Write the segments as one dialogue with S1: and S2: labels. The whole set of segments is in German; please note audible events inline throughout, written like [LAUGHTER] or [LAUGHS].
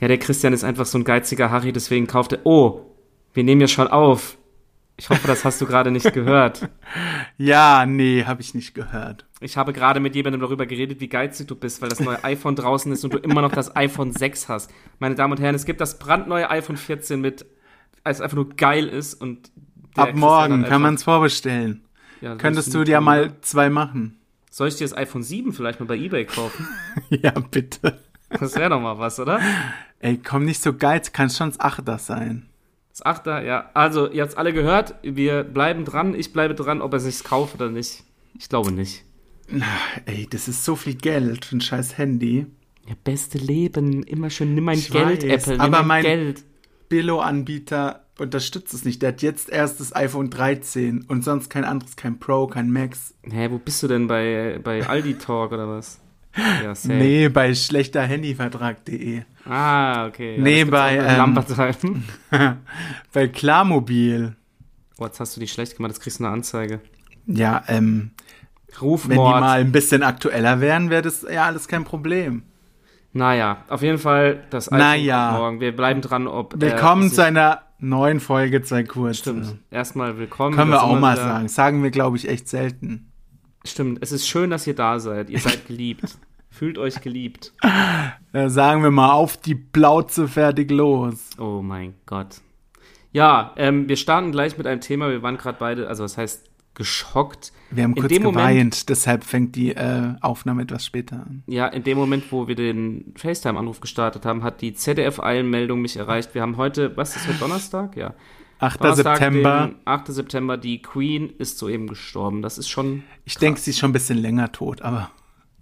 S1: ja, der Christian ist einfach so ein geiziger Harry, deswegen kauft er, oh, wir nehmen ja schon auf. Ich hoffe, das hast du gerade nicht gehört.
S2: Ja, nee, habe ich nicht gehört.
S1: Ich habe gerade mit jemandem darüber geredet, wie geizig du bist, weil das neue iPhone draußen ist und du immer noch das iPhone 6 hast. Meine Damen und Herren, es gibt das brandneue iPhone 14 mit, als einfach nur geil ist und der
S2: Ab
S1: Christian
S2: morgen
S1: hat
S2: kann
S1: einfach-
S2: man es vorbestellen.
S1: Ja,
S2: Könntest
S1: sollst
S2: du dir
S1: mitnehmen,
S2: mal
S1: oder?
S2: zwei machen?
S1: Soll ich dir das iPhone 7 vielleicht mal bei eBay kaufen?
S2: [LAUGHS] ja, bitte.
S1: Das wäre doch mal was, oder?
S2: Ey, komm nicht so geiz, kann schon das Achter sein.
S1: Das Achter, ja. Also, ihr habt's alle gehört. Wir bleiben dran. Ich bleibe dran, ob er sich's kauft oder nicht. Ich glaube nicht.
S2: Ey, das ist so viel Geld für ein scheiß Handy.
S1: Ja, beste Leben. Immer schön, nimm mein
S2: Ich
S1: Geld,
S2: weiß,
S1: Apple. Nimm
S2: aber
S1: mein,
S2: mein-
S1: Geld.
S2: Billo-Anbieter unterstützt es nicht. Der hat jetzt erst das iPhone 13 und sonst kein anderes, kein Pro, kein Max.
S1: Hä, wo bist du denn bei, bei Aldi Talk oder was? Ja, safe.
S2: Nee, bei schlechterhandyvertrag.de.
S1: Ah, okay. Ja,
S2: Nee,
S1: das gibt's
S2: bei,
S1: auch [LAUGHS]
S2: ähm,
S1: Lambertheim.
S2: bei Klarmobil.
S1: Oh, jetzt hast du dich schlecht gemacht. Jetzt kriegst du eine Anzeige.
S2: Ja, ähm, wenn die mal
S1: Rufmord.
S2: ein bisschen aktueller wären, wäre das ja alles kein Problem.
S1: Naja, auf jeden Fall das iPhone
S2: Naja.
S1: kommt morgen. Wir bleiben dran, ob. äh,
S2: Willkommen
S1: sich-
S2: zu einer neuen Folge zwei Kurz.
S1: Stimmt. Erstmal willkommen.
S2: Können
S1: Da
S2: wir
S1: sind
S2: auch mal
S1: wieder.
S2: sagen. Sagen wir, glaube ich, echt selten.
S1: Stimmt, es ist schön, dass ihr da seid. Ihr seid
S2: [LAUGHS]
S1: geliebt. Fühlt euch geliebt.
S2: Äh, sagen wir mal auf die Plauze fertig los.
S1: Oh mein Gott. Ja, ähm, wir starten gleich mit einem Thema. Wir waren gerade beide, also das heißt, geschockt.
S2: Wir haben
S1: In
S2: kurz
S1: dem
S2: geweint,
S1: Moment-
S2: deshalb fängt die äh, Aufnahme etwas später an.
S1: Ja, in dem Moment, wo wir den FaceTime-Anruf gestartet haben, hat die ZDF-Eilmeldung mich erreicht. Wir haben heute, was ist heute Donnerstag? Ja.
S2: 8.
S1: Donnerstag,
S2: September.
S1: Den 8. September, die Queen ist soeben gestorben. Das ist schon,
S2: Ich denke, sie ist schon ein bisschen länger tot, aber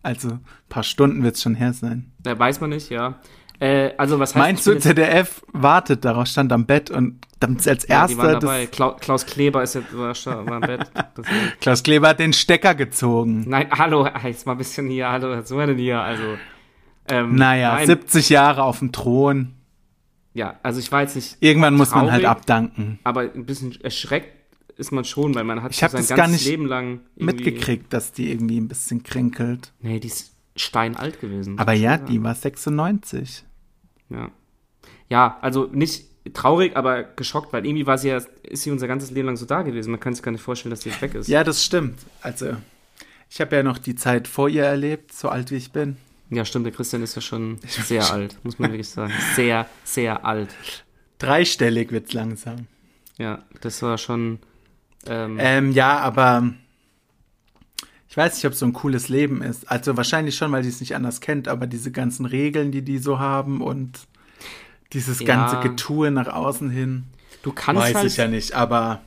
S2: also ein paar Stunden wird es schon her sein.
S1: da weiß man nicht, ja. Äh, also was heißt
S2: Meinst du, ZDF wartet darauf, stand am Bett und damit als
S1: ja, die waren
S2: erster
S1: dabei.
S2: das,
S1: Klaus, Klaus Kleber ist jetzt war, war im Bett. Deswegen.
S2: Klaus Kleber hat den Stecker gezogen.
S1: Nein, hallo, [LAUGHS] jetzt mal ein bisschen hier, hallo, was sind wir denn hier? Also, ähm,
S2: Naja,
S1: nein.
S2: 70 Jahre auf dem Thron.
S1: Ja, also ich war jetzt nicht,
S2: Irgendwann muss man halt
S1: Traurig.
S2: abdanken.
S1: aber ein bisschen erschreckt ist man schon, weil man hat
S2: Ich
S1: so
S2: hab
S1: sein
S2: das gar
S1: ganzes
S2: nicht
S1: Leben lang irgendwie-
S2: Mitgekriegt, dass die irgendwie ein bisschen kränkelt.
S1: Nee, die ist steinalt gewesen.
S2: Aber ja, die war 96.
S1: Ja. ja, also nicht traurig, aber geschockt, weil irgendwie war sie ja, ist sie unser ganzes Leben lang so da gewesen. Man kann sich gar nicht vorstellen, dass sie jetzt weg ist.
S2: Ja, das stimmt. Also, ich habe ja noch die Zeit vor ihr erlebt, so alt wie ich bin.
S1: ja, stimmt, der Christian ist ja
S2: [LAUGHS]
S1: schon sehr alt, muss man wirklich sagen. Sehr, sehr alt.
S2: Dreistellig wird's langsam.
S1: Ja, das war schon. Ähm,
S2: Ähm, ja, aber ich weiß nicht, ob so ein cooles Leben ist. Also wahrscheinlich schon, weil die es nicht anders kennt, aber diese ganzen Regeln, die die so haben und dieses
S1: Ja.
S2: ganze Getue nach außen hin,
S1: du kannst
S2: weiß
S1: halt,
S2: ich ja nicht, aber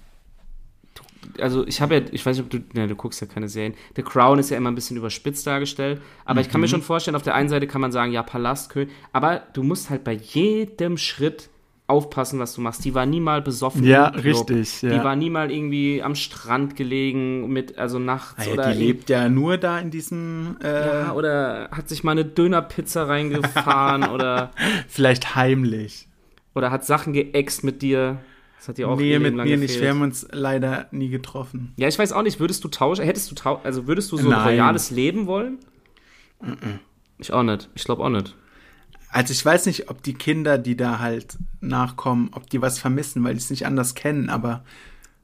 S1: also ich habe ja, ich weiß nicht, ob du, ne, du guckst ja keine Serien. The Crown ist ja immer ein bisschen überspitzt dargestellt, aber ich kann
S2: Mhm.
S1: mir schon vorstellen, auf der einen Seite kann man sagen, ja, Palastkönig, aber du musst halt bei jedem Schritt aufpassen, was du machst. Die war nie mal besoffen.
S2: Ja,
S1: im Club.
S2: richtig,
S1: Die
S2: ja.
S1: war nie mal irgendwie am Strand gelegen mit, also nachts
S2: naja,
S1: oder
S2: die lebt Ah ja nur da in diesem, äh,
S1: ja, oder hat sich mal eine Dönerpizza
S2: [LAUGHS]
S1: reingefahren oder,
S2: vielleicht heimlich.
S1: oder hat Sachen geäxt mit dir. Das hat dir auch
S2: nee,
S1: ihr
S2: mit
S1: Leben
S2: mir
S1: lang
S2: nicht.
S1: gefehlt.
S2: Wir haben uns leider nie getroffen.
S1: Ja, ich weiß auch nicht, würdest du tauschen, hättest du tau also würdest du so ein
S2: Nein.
S1: royales Leben wollen? Ich auch nicht. Ich glaube auch nicht.
S2: Also ich weiß nicht, ob die Kinder, die da halt nachkommen, ob die was vermissen, weil die es nicht anders kennen, aber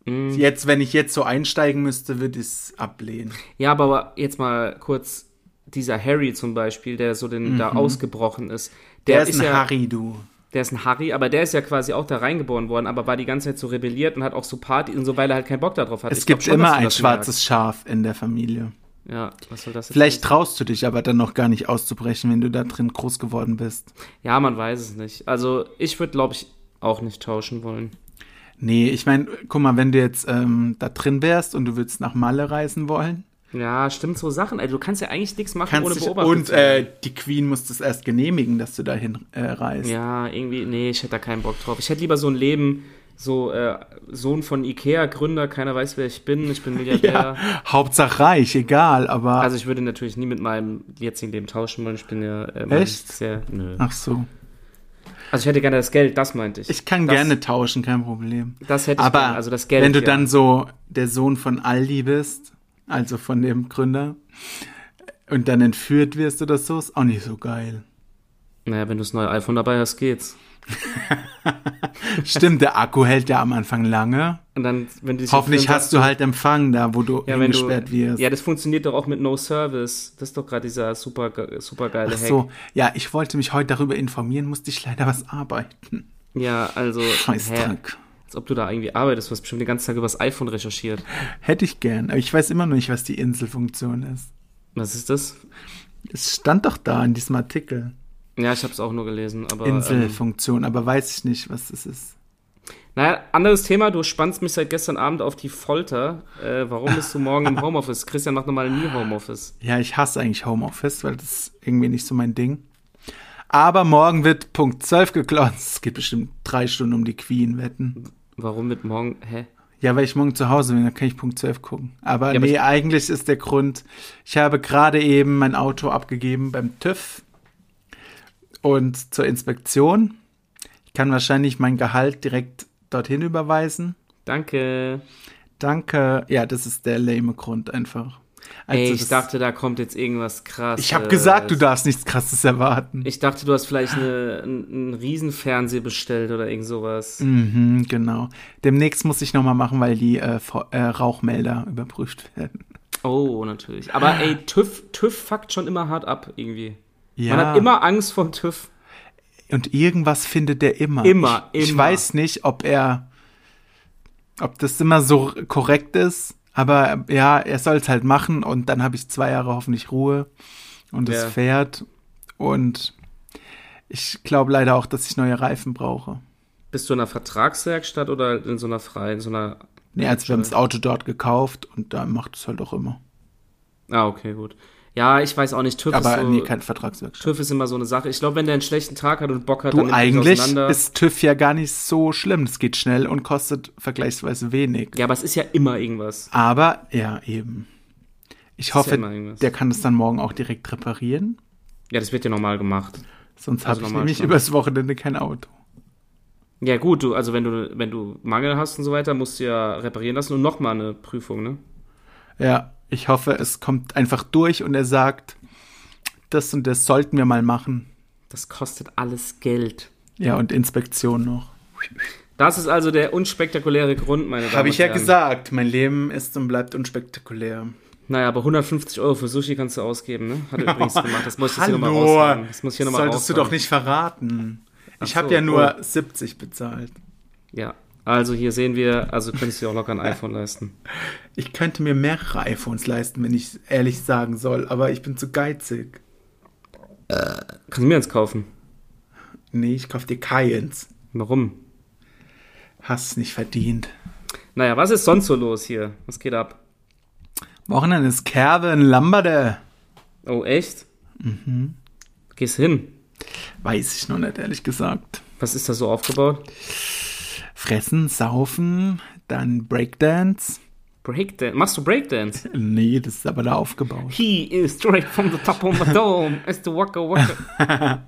S1: Mhm.
S2: jetzt, wenn ich jetzt so einsteigen müsste, würde ich es ablehnen.
S1: Ja, aber jetzt mal kurz dieser Harry zum Beispiel, der so den da ausgebrochen ist.
S2: Mhm. Der, ist ein
S1: ja,
S2: Harry, du.
S1: Der ist ein Harry, aber der ist ja quasi auch da reingeboren worden, aber war die ganze Zeit so rebelliert und hat auch so Party und so, weil er halt keinen Bock darauf hat.
S2: Es
S1: Ich glaub
S2: gibt
S1: schon, dass
S2: immer
S1: du
S2: ein
S1: das
S2: schwarzes Schaf in der Familie.
S1: merkst. Ja, was soll das jetzt
S2: Vielleicht
S1: sein?
S2: traust du dich aber dann noch gar nicht auszubrechen, wenn du da drin groß geworden bist.
S1: Ja, man weiß es nicht. Also, ich würde, glaube ich, auch nicht tauschen wollen.
S2: Nee, ich meine, guck mal, wenn du jetzt ähm, da drin wärst und du würdest nach Malle reisen wollen,
S1: Ja, stimmt, so Sachen. Also, du kannst ja eigentlich nichts machen,
S2: kannst
S1: ohne
S2: dich,
S1: beobachtet
S2: und
S1: zu werden.
S2: äh, die Queen muss das erst genehmigen, dass du dahin äh, reist. [LAUGHS]
S1: Ja, irgendwie, nee, ich hätte da keinen Bock drauf. Ich hätte lieber so ein Leben, so äh, Sohn von Ikea-Gründer, keiner weiß, wer ich bin, ich bin
S2: [LAUGHS]
S1: Milliardär.
S2: Hauptsache reich, egal, aber
S1: Also ich würde natürlich nie mit meinem jetzigen Leben tauschen wollen, ich bin ja ähm,
S2: Echt?
S1: sehr, nö.
S2: ach so.
S1: Also ich hätte gerne das Geld, das meinte ich.
S2: Ich kann
S1: das,
S2: gerne tauschen, kein Problem.
S1: Das hätte ich
S2: Aber
S1: gerne, also das Geld.
S2: wenn du
S1: ja.
S2: dann so der Sohn von Aldi bist, also von dem Gründer, und dann entführt wirst oder so, ist auch nicht so geil.
S1: Naja, wenn du das neue iPhone dabei hast, geht's.
S2: Stimmt, der Akku hält ja am Anfang lange.
S1: Und dann, wenn du dich
S2: Hoffentlich
S1: dann-
S2: hast du halt Empfang da, wo du
S1: ja, wenn du,
S2: eingesperrt wirst.
S1: Ja, das funktioniert doch auch mit No Service. Das ist doch gerade dieser super, super geile
S2: Ach
S1: Hack.
S2: so, ja, ich wollte mich heute darüber informieren, musste ich leider was arbeiten.
S1: Ja, also. hä,
S2: Scheißdreck.
S1: als ob du da irgendwie arbeitest, was bestimmt den ganzen Tag über das iPhone recherchiert.
S2: Hätte ich gern, aber ich weiß immer noch nicht, was die Inselfunktion ist.
S1: Was ist das?
S2: Es stand doch da in diesem Artikel.
S1: Ja, ich habe es auch nur gelesen, aber. Ähm,
S2: Inselfunktion, aber weiß ich nicht, was es ist.
S1: naja, anderes Thema. Du spannst mich seit gestern Abend auf die Folter. Äh, warum bist du morgen
S2: [LAUGHS]
S1: im Homeoffice? Christian macht normal nie Homeoffice.
S2: Ja, ich hasse eigentlich Homeoffice, weil das ist irgendwie nicht so mein Ding. Aber morgen wird Punkt 12 geklotzt. Es geht bestimmt drei Stunden um die Queen wetten.
S1: Warum mit morgen? Hä?
S2: Ja, weil ich morgen zu Hause bin, dann kann ich Punkt 12 gucken. Aber
S1: Ja, aber
S2: nee,
S1: ich-
S2: eigentlich ist der Grund, ich habe gerade eben mein Auto abgegeben beim TÜV und zur Inspektion. Ich kann wahrscheinlich mein Gehalt direkt dorthin überweisen.
S1: Danke.
S2: Danke. Ja, das ist der lame Grund einfach. Also
S1: Ey, ich
S2: das-
S1: dachte, äh, da kommt jetzt irgendwas krass.
S2: ich habe gesagt, du
S1: darfst.
S2: darfst nichts Krasses erwarten.
S1: Ich dachte, du hast vielleicht eine, einen einen Riesenfernseher bestellt oder irgend sowas.
S2: Mhm, genau. Demnächst muss ich nochmal machen, weil die äh, Vor- äh, Rauchmelder überprüft werden.
S1: Oh, natürlich. Aber ey, TÜV, TÜV fuckt schon immer hart ab irgendwie.
S2: Ja.
S1: Man hat immer Angst vor TÜV.
S2: Und irgendwas findet er immer.
S1: Immer,
S2: ich, Ich
S1: immer.
S2: weiß nicht, ob er, ob das immer so korrekt ist, aber äh, ja, er soll es halt machen und dann habe ich zwei Jahre hoffentlich Ruhe und es
S1: Ja.
S2: fährt. Und ich glaube leider auch, dass ich neue Reifen brauche.
S1: Bist du in einer Vertragswerkstatt oder in so einer freien, so einer.
S2: Nee, also wir haben das Auto dort gekauft und da macht es halt auch immer.
S1: Ah, okay, gut. Ja, ich weiß auch nicht. TÜV,
S2: Aber
S1: ist, so,
S2: nee, kein Vertragswerkstatt.
S1: TÜV ist immer so eine Sache. Ich glaube, wenn der einen schlechten Tag hat und Bock hat,
S2: Du,
S1: dann nimmt er sich
S2: eigentlich
S1: auseinander.
S2: ist TÜV ja gar nicht so schlimm. Das geht schnell und kostet vergleichsweise wenig.
S1: Ja, aber es ist ja immer irgendwas.
S2: Aber, ja, eben.
S1: ist
S2: Ich
S1: ja
S2: hoffe,
S1: immer irgendwas.
S2: der kann das dann morgen auch direkt reparieren.
S1: Ja, das wird ja normal gemacht.
S2: Sonst
S1: Also
S2: habe ich
S1: normal
S2: nämlich
S1: schon.
S2: übers Wochenende kein Auto.
S1: Ja, gut, du, also wenn du, wenn du Mangel hast und so weiter, musst du ja reparieren lassen und nochmal eine Prüfung, ne?
S2: Ja, ich hoffe, es kommt einfach durch und er sagt, das und das sollten wir mal machen.
S1: Das kostet alles Geld.
S2: Ja, und Inspektion noch.
S1: Das ist also der unspektakuläre Grund, meine Damen
S2: Habe ich
S1: und
S2: ja
S1: Herren.
S2: gesagt, mein Leben ist und bleibt unspektakulär.
S1: Naja, aber 150 Euro für Sushi kannst du ausgeben, ne? Hat er
S2: [LAUGHS]
S1: übrigens gemacht. Das muss ich jetzt hier nochmal
S2: Hallo,
S1: raushauen. Das muss ich hier nochmal
S2: solltest du
S1: raushauen.
S2: doch nicht verraten. Ich
S1: Ach
S2: habe
S1: so, oh.
S2: ja nur 70 bezahlt.
S1: Ja, also hier sehen wir, also könntest du dir auch locker ein iPhone leisten.
S2: Ich könnte mir mehrere iPhones leisten, wenn ich ehrlich sagen soll, aber ich bin zu geizig.
S1: Kannst du mir eins kaufen?
S2: Nee, ich kauf dir keins.
S1: Warum?
S2: Hast nicht verdient.
S1: Naja, was ist sonst so los hier? Was geht ab?
S2: Wochenende ist Kerbe in Lamberde.
S1: Oh, echt? Mhm. Gehst hin?
S2: Weiß ich noch nicht, ehrlich gesagt.
S1: Was ist da so aufgebaut?
S2: Fressen, saufen, dann Breakdance.
S1: Breakdance. Machst du Breakdance?
S2: Nee, das ist aber da aufgebaut.
S1: [LAUGHS] He is straight from the top [LAUGHS] of my dome. It's the waka waka.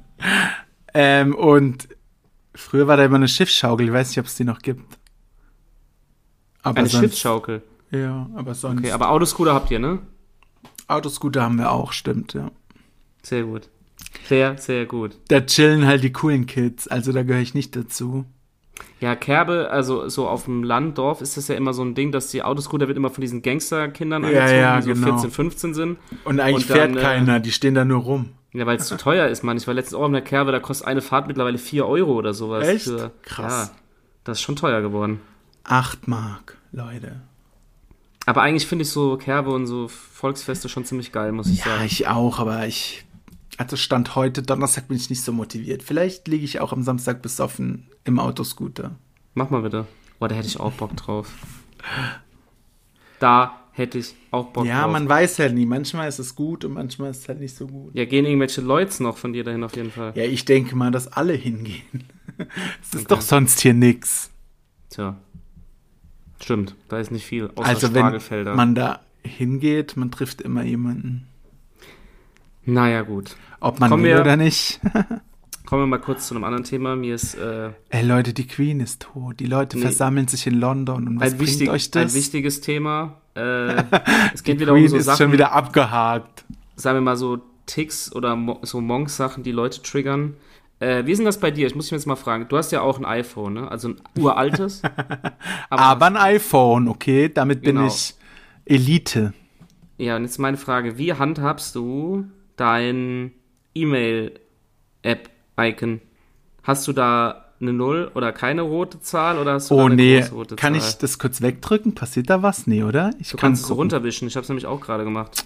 S2: Ähm, und früher war da immer eine Schiffsschaukel. Ich weiß nicht, ob es die noch gibt. Aber
S1: Eine
S2: sonst,
S1: Schiffsschaukel.
S2: Ja, aber sonst.
S1: Okay, aber Autoscooter habt ihr, ne?
S2: Autoscooter haben wir auch, stimmt, ja.
S1: Sehr gut. Sehr, sehr gut.
S2: Da chillen halt die coolen Kids, also da gehöre ich nicht dazu.
S1: Ja, Kerbe, also so auf dem Land, Dorf ist das ja immer so ein Ding, dass die Autoscooter wird immer von diesen Gangsterkindern
S2: Ja,
S1: angezogen,
S2: ja,
S1: die so
S2: genau.
S1: 14, 15 sind.
S2: Und eigentlich
S1: Und dann,
S2: fährt
S1: äh,
S2: keiner, die stehen da nur rum.
S1: Ja, weil es
S2: [LAUGHS]
S1: zu teuer ist, Mann. Ich war letztens auch auf einer Kerbe, da kostet eine Fahrt mittlerweile 4 Euro oder sowas.
S2: Echt?
S1: Für,
S2: Krass.
S1: Ja, das ist schon teuer geworden.
S2: Acht Mark, Leute.
S1: Aber eigentlich finde ich so Kerbe und so Volksfeste schon ziemlich geil, muss ich
S2: Ja,
S1: sagen.
S2: ich auch, aber ich. Also Stand heute, Donnerstag bin ich nicht so motiviert. Vielleicht liege ich auch am Samstag besoffen im Autoscooter.
S1: Mach mal bitte. Boah, da hätte ich auch Bock drauf. Da hätte ich auch Bock
S2: ja,
S1: drauf.
S2: man weiß halt nie. Manchmal ist es gut und manchmal ist es halt nicht so gut.
S1: Ja, gehen irgendwelche Leuts noch von dir dahin auf jeden Fall.
S2: Ja, ich denke mal, dass alle hingehen. [LAUGHS] es ist doch sonst hier nix.
S1: Tja. Stimmt, da ist nicht viel. Außer
S2: Also wenn
S1: Spargelfelder.
S2: man da hingeht, man trifft immer jemanden.
S1: Naja, gut.
S2: Ob man
S1: Kommen
S2: will
S1: wir-
S2: oder nicht. [LAUGHS]
S1: Kommen wir mal kurz zu einem anderen Thema. Mir ist äh,
S2: Ey Leute, die Queen ist tot. Die Leute
S1: Nee.
S2: versammeln sich in London. Und was
S1: ein,
S2: bringt
S1: wichtig,
S2: euch
S1: ein
S2: das?
S1: wichtiges Thema.
S2: [LAUGHS]
S1: Äh, es geht wieder um
S2: Queen
S1: so
S2: ist
S1: Sachen,
S2: schon wieder abgehakt.
S1: sagen wir mal so Ticks oder Mo so Monk-Sachen, die Leute triggern. Äh, wie ist denn das bei dir? Ich muss mich jetzt mal fragen. Du hast ja auch ein iPhone, ne? Also
S2: [LAUGHS]
S1: ein uraltes.
S2: Aber, ein iPhone, okay, damit
S1: Genau.
S2: bin ich Elite.
S1: Ja, und jetzt meine Frage: Wie handhabst du dein E-Mail-App-Icon? Hast du da eine Null oder keine rote Zahl oder hast du da
S2: Oh
S1: eine
S2: nee,
S1: große rote
S2: kann
S1: Zahl?
S2: ich das kurz wegdrücken? Passiert da was? Nee, oder? Ich
S1: Du kannst es so
S2: gucken.
S1: runterwischen. Ich habe es nämlich auch gerade gemacht.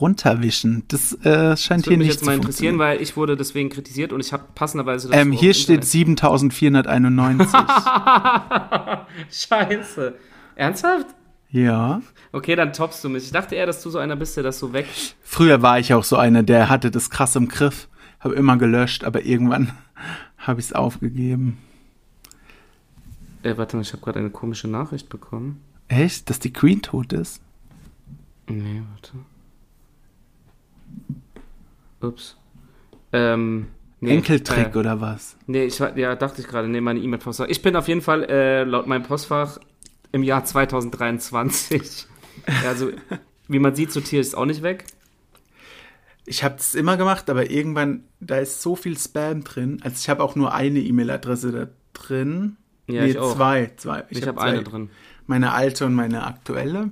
S2: runterwischen. Das äh,
S1: Das würde mich jetzt
S2: scheint hier nicht zu
S1: mal
S2: funktionieren.
S1: interessieren, weil ich wurde deswegen kritisiert und ich habe passenderweise das
S2: Ähm,
S1: so
S2: hier
S1: auf dem [LAUGHS]
S2: steht 7491.
S1: Internet- [LAUGHS] Scheiße. Ernsthaft?
S2: ja.
S1: Okay, dann toppst du mich. Ich dachte eher, dass du so einer bist, der das so weg.
S2: Früher war ich auch so einer, der hatte das krass im Griff. Habe immer gelöscht, aber irgendwann [LAUGHS] habe ich es aufgegeben.
S1: Äh, warte mal, ich habe gerade eine komische Nachricht bekommen.
S2: Echt? Dass die Queen tot ist?
S1: Nee, warte. Ups. Ähm. nee,
S2: Enkeltrick
S1: Äh,
S2: oder was?
S1: nee, ich war- ja, dachte ich gerade. Nee, meine E-Mail-Postfach. Ich bin auf jeden Fall äh, laut meinem Postfach im Jahr
S2: [LAUGHS]
S1: 2023. Ja, also, wie man sieht, sortiere ich es auch nicht weg.
S2: Ich habe es immer gemacht, aber irgendwann, da ist so viel Spam drin. Also ich habe auch nur eine E-Mail-Adresse da drin.
S1: Ja,
S2: nee,
S1: ich auch.
S2: zwei, zwei.
S1: Ich,
S2: hab
S1: habe
S2: zwei.
S1: eine drin.
S2: Meine alte und meine aktuelle.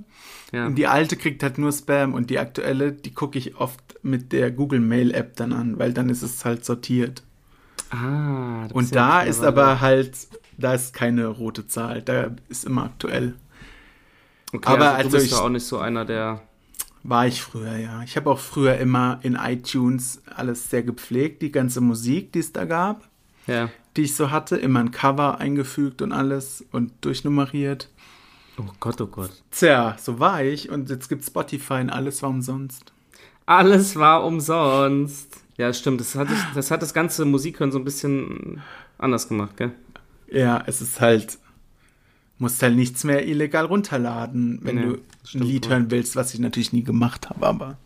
S1: Ja.
S2: Und die alte kriegt halt nur Spam und die aktuelle, die gucke ich oft mit der Google Mail App dann an, weil dann ist es halt sortiert.
S1: Ah, du bist
S2: Und
S1: ja
S2: da
S1: mittlerweile-
S2: ist aber halt, da ist keine rote Zahl, da ist immer aktuell.
S1: Okay,
S2: aber
S1: also,
S2: also
S1: du bist
S2: ich-
S1: ja auch nicht so einer, der.
S2: War ich früher, ja. Ich habe auch früher immer in iTunes alles sehr gepflegt, die ganze Musik, die es da gab,
S1: Ja.
S2: die ich so hatte, immer ein Cover eingefügt und alles und durchnummeriert.
S1: Oh Gott, oh Gott.
S2: Tja, so war ich und jetzt gibt Spotify und alles war umsonst.
S1: Alles war umsonst. Ja, stimmt. Das hat, das- das, hat das ganze Musikhören so ein bisschen anders gemacht, gell?
S2: Ja, es ist halt, musst halt nichts mehr illegal runterladen, wenn
S1: Ja,
S2: du ein
S1: stimmt
S2: Lied
S1: wohl.
S2: hören willst, was ich natürlich nie gemacht habe, aber.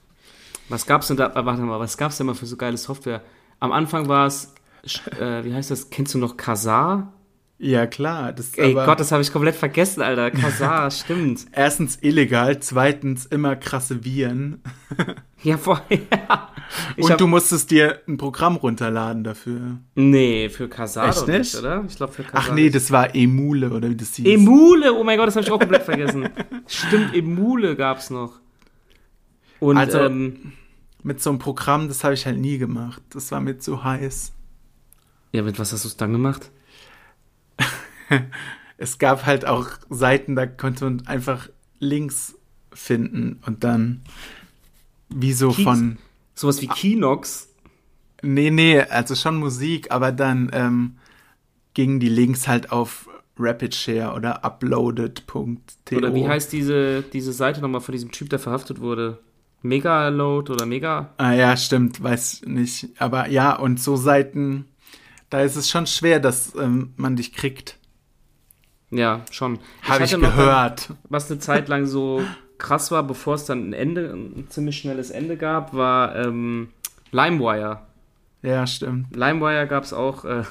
S1: Was gab's denn da? äh, Warte mal, was gab's denn mal für so geile Software? Am Anfang war es, sch- äh, wie heißt das? Kennst du noch Kazaa?
S2: Ja, klar, das ist
S1: Ey
S2: aber
S1: Gott, das habe ich komplett vergessen, Alter.
S2: [LAUGHS]
S1: Kazaa, stimmt.
S2: erstens illegal, zweitens immer krasse Viren
S1: Ja, voll. Ja. Ich
S2: und
S1: hab,
S2: du musstest dir ein Programm runterladen dafür.
S1: nee, für Kazaa
S2: Echt
S1: doch nicht,
S2: nicht?
S1: oder? Ich glaube für Kazaa.
S2: Ach nee, das war Emule oder wie das hieß.
S1: Emule, oh mein Gott, das habe ich auch komplett vergessen. Stimmt, Emule gab's noch. Und
S2: Also-
S1: ähm,
S2: Mit so einem Programm, das habe ich halt nie gemacht. Das war mir zu heiß.
S1: ja, mit was hast du's dann gemacht?
S2: Es gab halt auch Seiten, da konnte man einfach Links finden und dann wie so
S1: Keys.
S2: von
S1: Sowas wie
S2: Ah.
S1: Kinox.
S2: Nee, nee, also schon Musik, aber dann ähm, gingen die Links halt auf RapidShare oder uploaded.to.
S1: Oder wie heißt diese, diese Seite nochmal von diesem Typ, der verhaftet wurde? Megaload oder Mega?
S2: Ah ja, stimmt, weiß nicht. Aber ja, und so Seiten, da ist es schon schwer, dass ähm, man dich kriegt.
S1: Ja, schon.
S2: Habe ich,
S1: hatte noch
S2: gehört.
S1: Was eine Zeit lang so krass war, bevor es dann ein Ende, ein ziemlich schnelles Ende gab, war ähm, LimeWire.
S2: Ja, stimmt.
S1: LimeWire gab es auch, äh,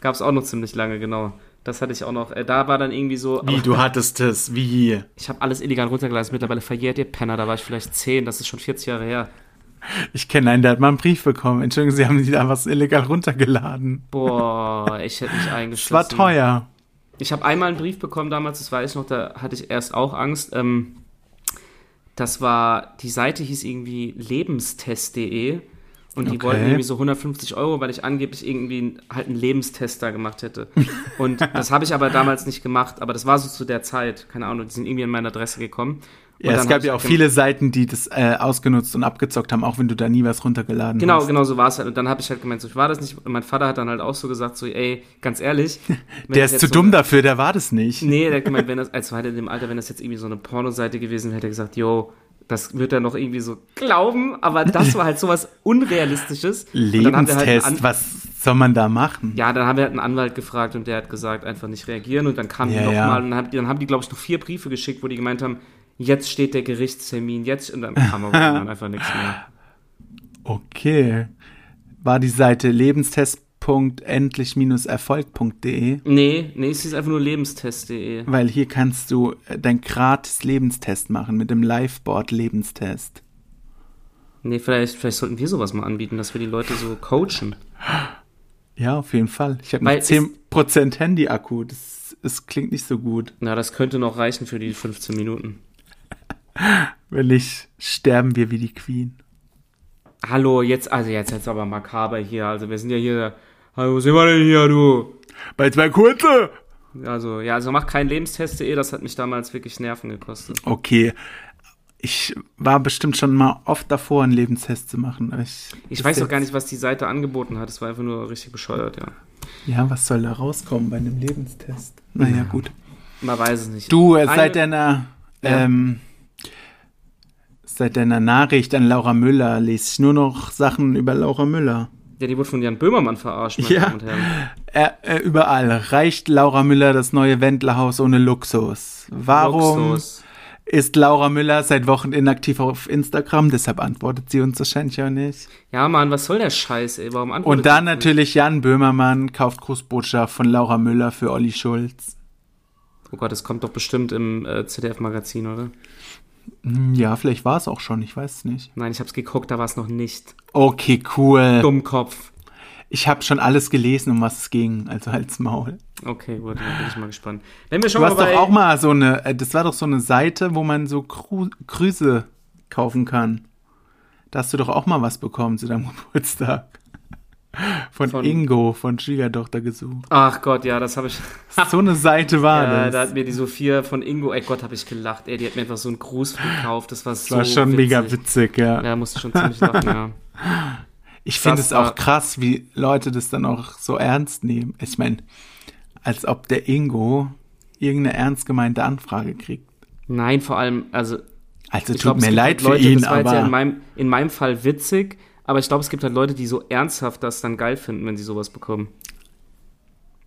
S1: gab's auch noch ziemlich lange, genau. Das hatte ich auch noch. Äh, da war dann irgendwie so,
S2: Wie,
S1: aber
S2: du hattest es, wie.
S1: ich habe alles illegal runtergeladen, ist mittlerweile verjährt, ihr Penner, da war ich vielleicht 10, das ist schon 40 Jahre her.
S2: Ich kenne einen, der hat mal einen Brief bekommen. Entschuldigung, sie haben die da was illegal runtergeladen.
S1: Boah,
S2: [LAUGHS]
S1: ich hätte mich
S2: Es
S1: eingeschissen.
S2: war teuer.
S1: Ich habe einmal einen Brief bekommen damals, das weiß ich noch, da hatte ich erst auch Angst. Ähm, das war, die Seite hieß irgendwie lebenstest.de und die
S2: Okay.
S1: wollten irgendwie so 150 Euro, weil ich angeblich irgendwie halt einen Lebenstest da gemacht
S2: [LAUGHS]
S1: hätte. Und das habe ich aber damals nicht gemacht, aber das war so zu der Zeit, keine Ahnung, die sind irgendwie an meine Adresse gekommen. Und
S2: Ja,
S1: dann
S2: es
S1: hab
S2: gab
S1: ich
S2: ja auch
S1: halt gem-
S2: viele Seiten, die das äh, ausgenutzt und abgezockt haben, auch wenn du da nie was runtergeladen
S1: Genau,
S2: hast.
S1: genau so war es halt. Und dann habe ich halt gemeint, so ich war das nicht. Und mein Vater hat dann halt auch so gesagt, so ey, ganz ehrlich, wenn
S2: [LAUGHS] Der
S1: das
S2: ist
S1: jetzt
S2: zu
S1: so
S2: dumm dafür, der war das nicht.
S1: Nee, der hat gemeint, wenn das, als war der in dem Alter, wenn das jetzt irgendwie so eine Pornoseite gewesen wäre, hätte er gesagt, yo, das wird er noch irgendwie so glauben, aber das war halt sowas Unrealistisches. Und dann haben wir halt einen
S2: Lebenstest,
S1: An-
S2: was soll man da machen?
S1: ja, dann haben wir halt einen Anwalt gefragt und der hat gesagt, einfach nicht reagieren. Und dann kamen
S2: Ja,
S1: die
S2: ja.
S1: nochmal und dann haben, die- dann haben die, glaube ich, noch vier Briefe geschickt, wo die gemeint haben, jetzt steht der Gerichtstermin, jetzt und dann kam
S2: [LAUGHS]
S1: aber dann einfach nichts mehr.
S2: Okay. War die Seite lebenstest.endlich-erfolg.de,
S1: Nee, nee, es ist einfach nur lebenstest.de.
S2: weil hier kannst du äh, dein gratis Lebenstest machen mit dem Liveboard Lebenstest.
S1: Nee, vielleicht, vielleicht sollten wir sowas mal anbieten, dass wir die Leute so coachen.
S2: Ja, auf jeden Fall. Ich habe noch
S1: Weil
S2: 10% Handy-Akku. Das, das klingt nicht so gut.
S1: Na, das könnte noch reichen für die 15 Minuten.
S2: Wenn nicht, sterben wir wie die Queen.
S1: Hallo, jetzt, also jetzt, jetzt aber makaber hier. Also wir sind ja hier. Hallo, wo sind wir denn hier, du?
S2: Bei zwei Kurze!
S1: Also, ja, also mach keinen Lebenstest.de, das hat mich damals wirklich Nerven gekostet.
S2: Okay. Ich war bestimmt schon mal oft davor, einen Lebenstest zu machen. aber Ich,
S1: Ich
S2: bis
S1: weiß doch
S2: jetzt-
S1: gar nicht, was die Seite angeboten hat. Es war einfach nur richtig bescheuert, ja.
S2: Ja, was soll da rauskommen bei einem Lebenstest? Naja, ja. gut.
S1: Man weiß es nicht.
S2: Du, äh,
S1: Eine-
S2: seit deiner,
S1: Ja.
S2: ähm, seit deiner Nachricht an Laura Müller lese ich nur noch Sachen über Laura Müller.
S1: Ja, die wurde von Jan Böhmermann verarscht, meine
S2: Ja.
S1: Damen und Herren.
S2: Äh, äh, überall reicht Laura Müller das neue Wendlerhaus ohne Luxus. Warum
S1: Luxus.
S2: ist Laura Müller seit Wochen inaktiv auf Instagram? Deshalb antwortet sie uns wahrscheinlich auch nicht.
S1: Ja, Mann, was soll der Scheiß, ey? Warum antwortet
S2: Und dann
S1: die-
S2: natürlich Jan Böhmermann kauft Grußbotschaft von Laura Müller für Olli Schulz.
S1: Oh Gott, das kommt doch bestimmt im äh, ZDF-Magazin, oder?
S2: Hm, Ja, vielleicht war es auch schon, ich weiß es nicht.
S1: Nein, ich hab's geguckt, da war es noch nicht.
S2: Okay, cool.
S1: Dummkopf.
S2: Ich habe schon alles gelesen, um was es ging, also halt's Maul.
S1: Okay, gut, dann bin ich mal gespannt. Wenn wir schon
S2: Du hast
S1: mal bei,
S2: doch auch mal so eine, äh, das war doch so eine Seite, wo man so Gru Grüße kaufen kann. Da hast du doch auch mal was bekommen zu deinem [LAUGHS] Geburtstag. Von,
S1: Von-
S2: Ingo, von Schwiegertochter gesucht.
S1: Ach Gott, ja, das habe ich.
S2: So eine Seite war
S1: Ja, da
S2: das.
S1: hat mir die Sophia von Ingo, ey Gott, habe ich gelacht. Ey, die hat mir einfach so einen Gruß gekauft. Das war so
S2: Das war schon
S1: witzig.
S2: mega witzig, ja.
S1: Ja, musste schon ziemlich lachen, ja.
S2: Ich finde
S1: Das
S2: es auch
S1: war-
S2: krass, wie Leute das dann auch so ernst nehmen. Ich meine, als ob der Ingo irgendeine ernst gemeinte Anfrage kriegt.
S1: Nein, vor allem, also
S2: Also tut
S1: ich glaube, es
S2: mir
S1: gibt
S2: leid
S1: halt
S2: für
S1: Leute,
S2: ihn,
S1: das war jetzt
S2: aber
S1: ja in meinem, in meinem Fall witzig, aber ich glaube, es gibt halt Leute, die so ernsthaft das dann geil finden, wenn sie sowas bekommen.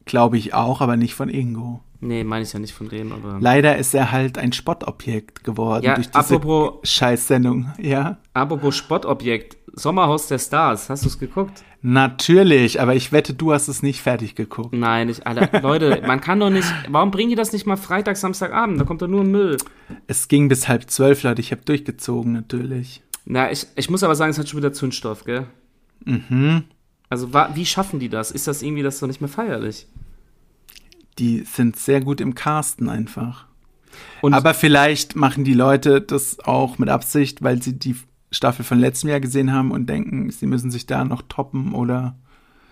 S2: glaube ich auch, aber nicht von Ingo.
S1: Nee, meine ich ja nicht von denen, aber.
S2: Leider ist er halt ein Spottobjekt geworden
S1: Ja,
S2: durch diese
S1: apropos,
S2: Scheißsendung. Ja,
S1: apropos Spottobjekt, Sommerhaus der Stars, hast du es geguckt?
S2: natürlich, aber ich wette, du hast es nicht fertig geguckt.
S1: Nein, ich, Alter, Leute, man kann doch nicht, warum bringen die das nicht mal Freitag, Samstagabend? Da kommt doch nur Müll.
S2: Es ging bis halb zwölf, Leute, ich habe durchgezogen, natürlich.
S1: Na, ich, ich muss aber sagen, es hat schon wieder Zündstoff, gell?
S2: Mhm.
S1: Also, wa- wie schaffen die das? Ist das irgendwie das ist doch nicht mehr feierlich?
S2: Die sind sehr gut im Casten einfach.
S1: Und
S2: Aber vielleicht machen die Leute das auch mit Absicht, weil sie die Staffel von letztem Jahr gesehen haben und denken, sie müssen sich da noch toppen oder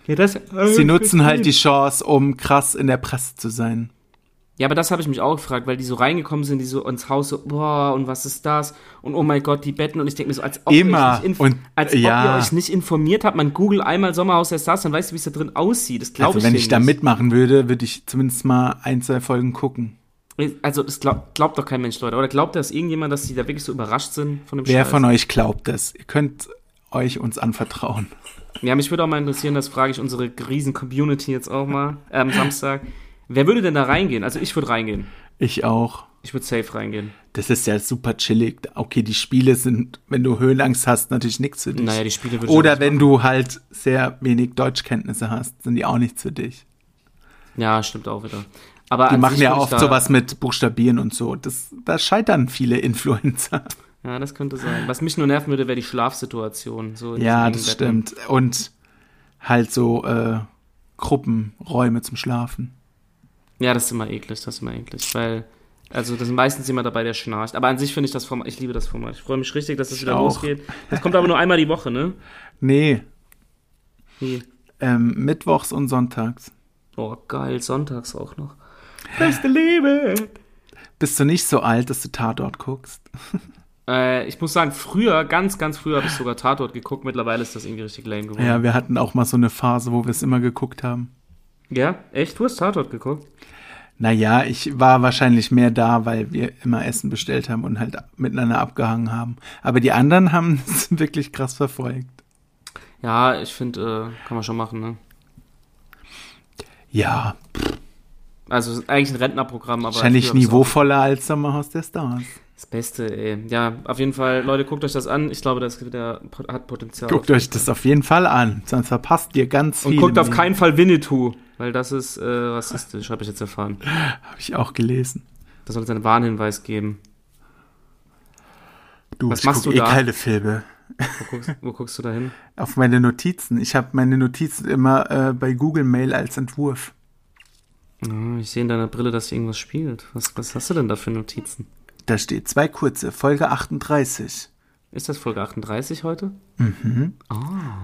S1: ja, das,
S2: sie nutzen halt die Chance, um krass in der Presse zu sein. Also
S1: Ja, aber das habe ich mich auch gefragt, weil die so reingekommen sind, die so ins Haus so, boah, und was ist das? Und oh mein Gott, die Betten. Und ich denke mir so, als ob,
S2: Immer.
S1: Ihr, euch nicht inf-
S2: Und,
S1: als
S2: ja.
S1: ob ihr euch nicht informiert habt. Man googelt einmal Sommerhaus der Stars, dann weißt du, wie es da drin aussieht. Das glaube
S2: Also
S1: ich
S2: wenn
S1: denen
S2: ich da
S1: nicht.
S2: mitmachen würde, würde ich zumindest mal ein, zwei Folgen gucken.
S1: Also, das glaub, glaubt doch kein Mensch, Leute. Oder glaubt das irgendjemand, dass die da wirklich so überrascht sind von dem
S2: Wer
S1: Scheiß?
S2: von euch glaubt das? Ihr könnt euch uns anvertrauen.
S1: Ja, mich würde auch mal interessieren, das frage ich unsere riesen Community jetzt auch mal äh, am Samstag. Wer würde denn da reingehen? Also ich würde reingehen.
S2: Ich auch.
S1: Ich würde safe reingehen.
S2: Das ist ja super chillig. Okay, die Spiele sind, wenn du Höhenangst hast, natürlich nichts für dich.
S1: Naja, die Spiele würde ich auch
S2: Oder
S1: nicht
S2: wenn du halt sehr wenig Deutschkenntnisse hast, sind die auch nichts für dich.
S1: machen. Ja, stimmt auch wieder. Aber
S2: Die
S1: an
S2: machen
S1: sich
S2: ja
S1: würd ich
S2: oft
S1: da-
S2: sowas mit Buchstabieren und so. Das, da scheitern viele Influencer.
S1: Ja, [LAUGHS] das könnte sein. Was mich nur nerven würde, wäre die Schlafsituation. So in
S2: Ja,
S1: diesen
S2: das
S1: engen
S2: stimmt. Und halt so äh, Gruppen, Räume zum Schlafen.
S1: Betten. Ja, das ist immer eklig, das ist immer eklig, weil also das ist meistens jemand dabei, der schnarcht. Aber an sich finde ich das Format, ich liebe das Format. Ich freue mich richtig, dass es
S2: Ich
S1: wieder
S2: auch.
S1: losgeht. Das kommt aber nur einmal die Woche, ne?
S2: Nee,
S1: Wie?
S2: ähm, mittwochs und sonntags.
S1: Oh, geil, sonntags auch noch.
S2: Beste Liebe! Bist du nicht so alt, dass du Tatort guckst?
S1: Äh, ich muss sagen, früher, ganz, ganz früher habe ich sogar Tatort geguckt. Mittlerweile ist das irgendwie richtig lame geworden.
S2: Ja, wir hatten auch mal so eine Phase, wo wir es immer geguckt haben.
S1: Ja? Echt? Du hast Tatort geguckt?
S2: Naja, ich war wahrscheinlich mehr da, weil wir immer Essen bestellt haben und halt miteinander abgehangen haben. Aber die anderen haben [LAUGHS] es wirklich krass verfolgt.
S1: Ja, ich finde, äh, kann man schon machen, ne?
S2: Ja,
S1: Also, es ist eigentlich ein Rentnerprogramm, aber. früher
S2: wahrscheinlich
S1: hab ich's auch-
S2: niveauvoller als Sommerhaus der Stars.
S1: Das Beste, ey. Ja, auf jeden Fall, Leute, guckt euch das an. Ich glaube, das gibt ja- hat Potenzial.
S2: Guckt euch das auf jeden Fall an, sonst verpasst ihr ganz viel.
S1: Und guckt auf keinen Fall Winnetou, weil das ist äh, rassistisch, habe ich jetzt erfahren.
S2: Habe ich auch gelesen.
S1: Das soll uns einen Warnhinweis geben.
S2: Du,
S1: Was
S2: ich
S1: machst
S2: guck
S1: du
S2: eh
S1: da?
S2: keine Filme.
S1: Wo guckst, wo guckst du da hin?
S2: Auf meine Notizen. Ich habe meine Notizen immer äh, bei Google Mail als Entwurf.
S1: Ah, ich sehe in deiner Brille, dass hier irgendwas spielt. Was, was hast du denn da für Notizen?
S2: Da steht zwei kurze, Folge 38.
S1: Ist das Folge 38 heute?
S2: Mhm.
S1: Ah.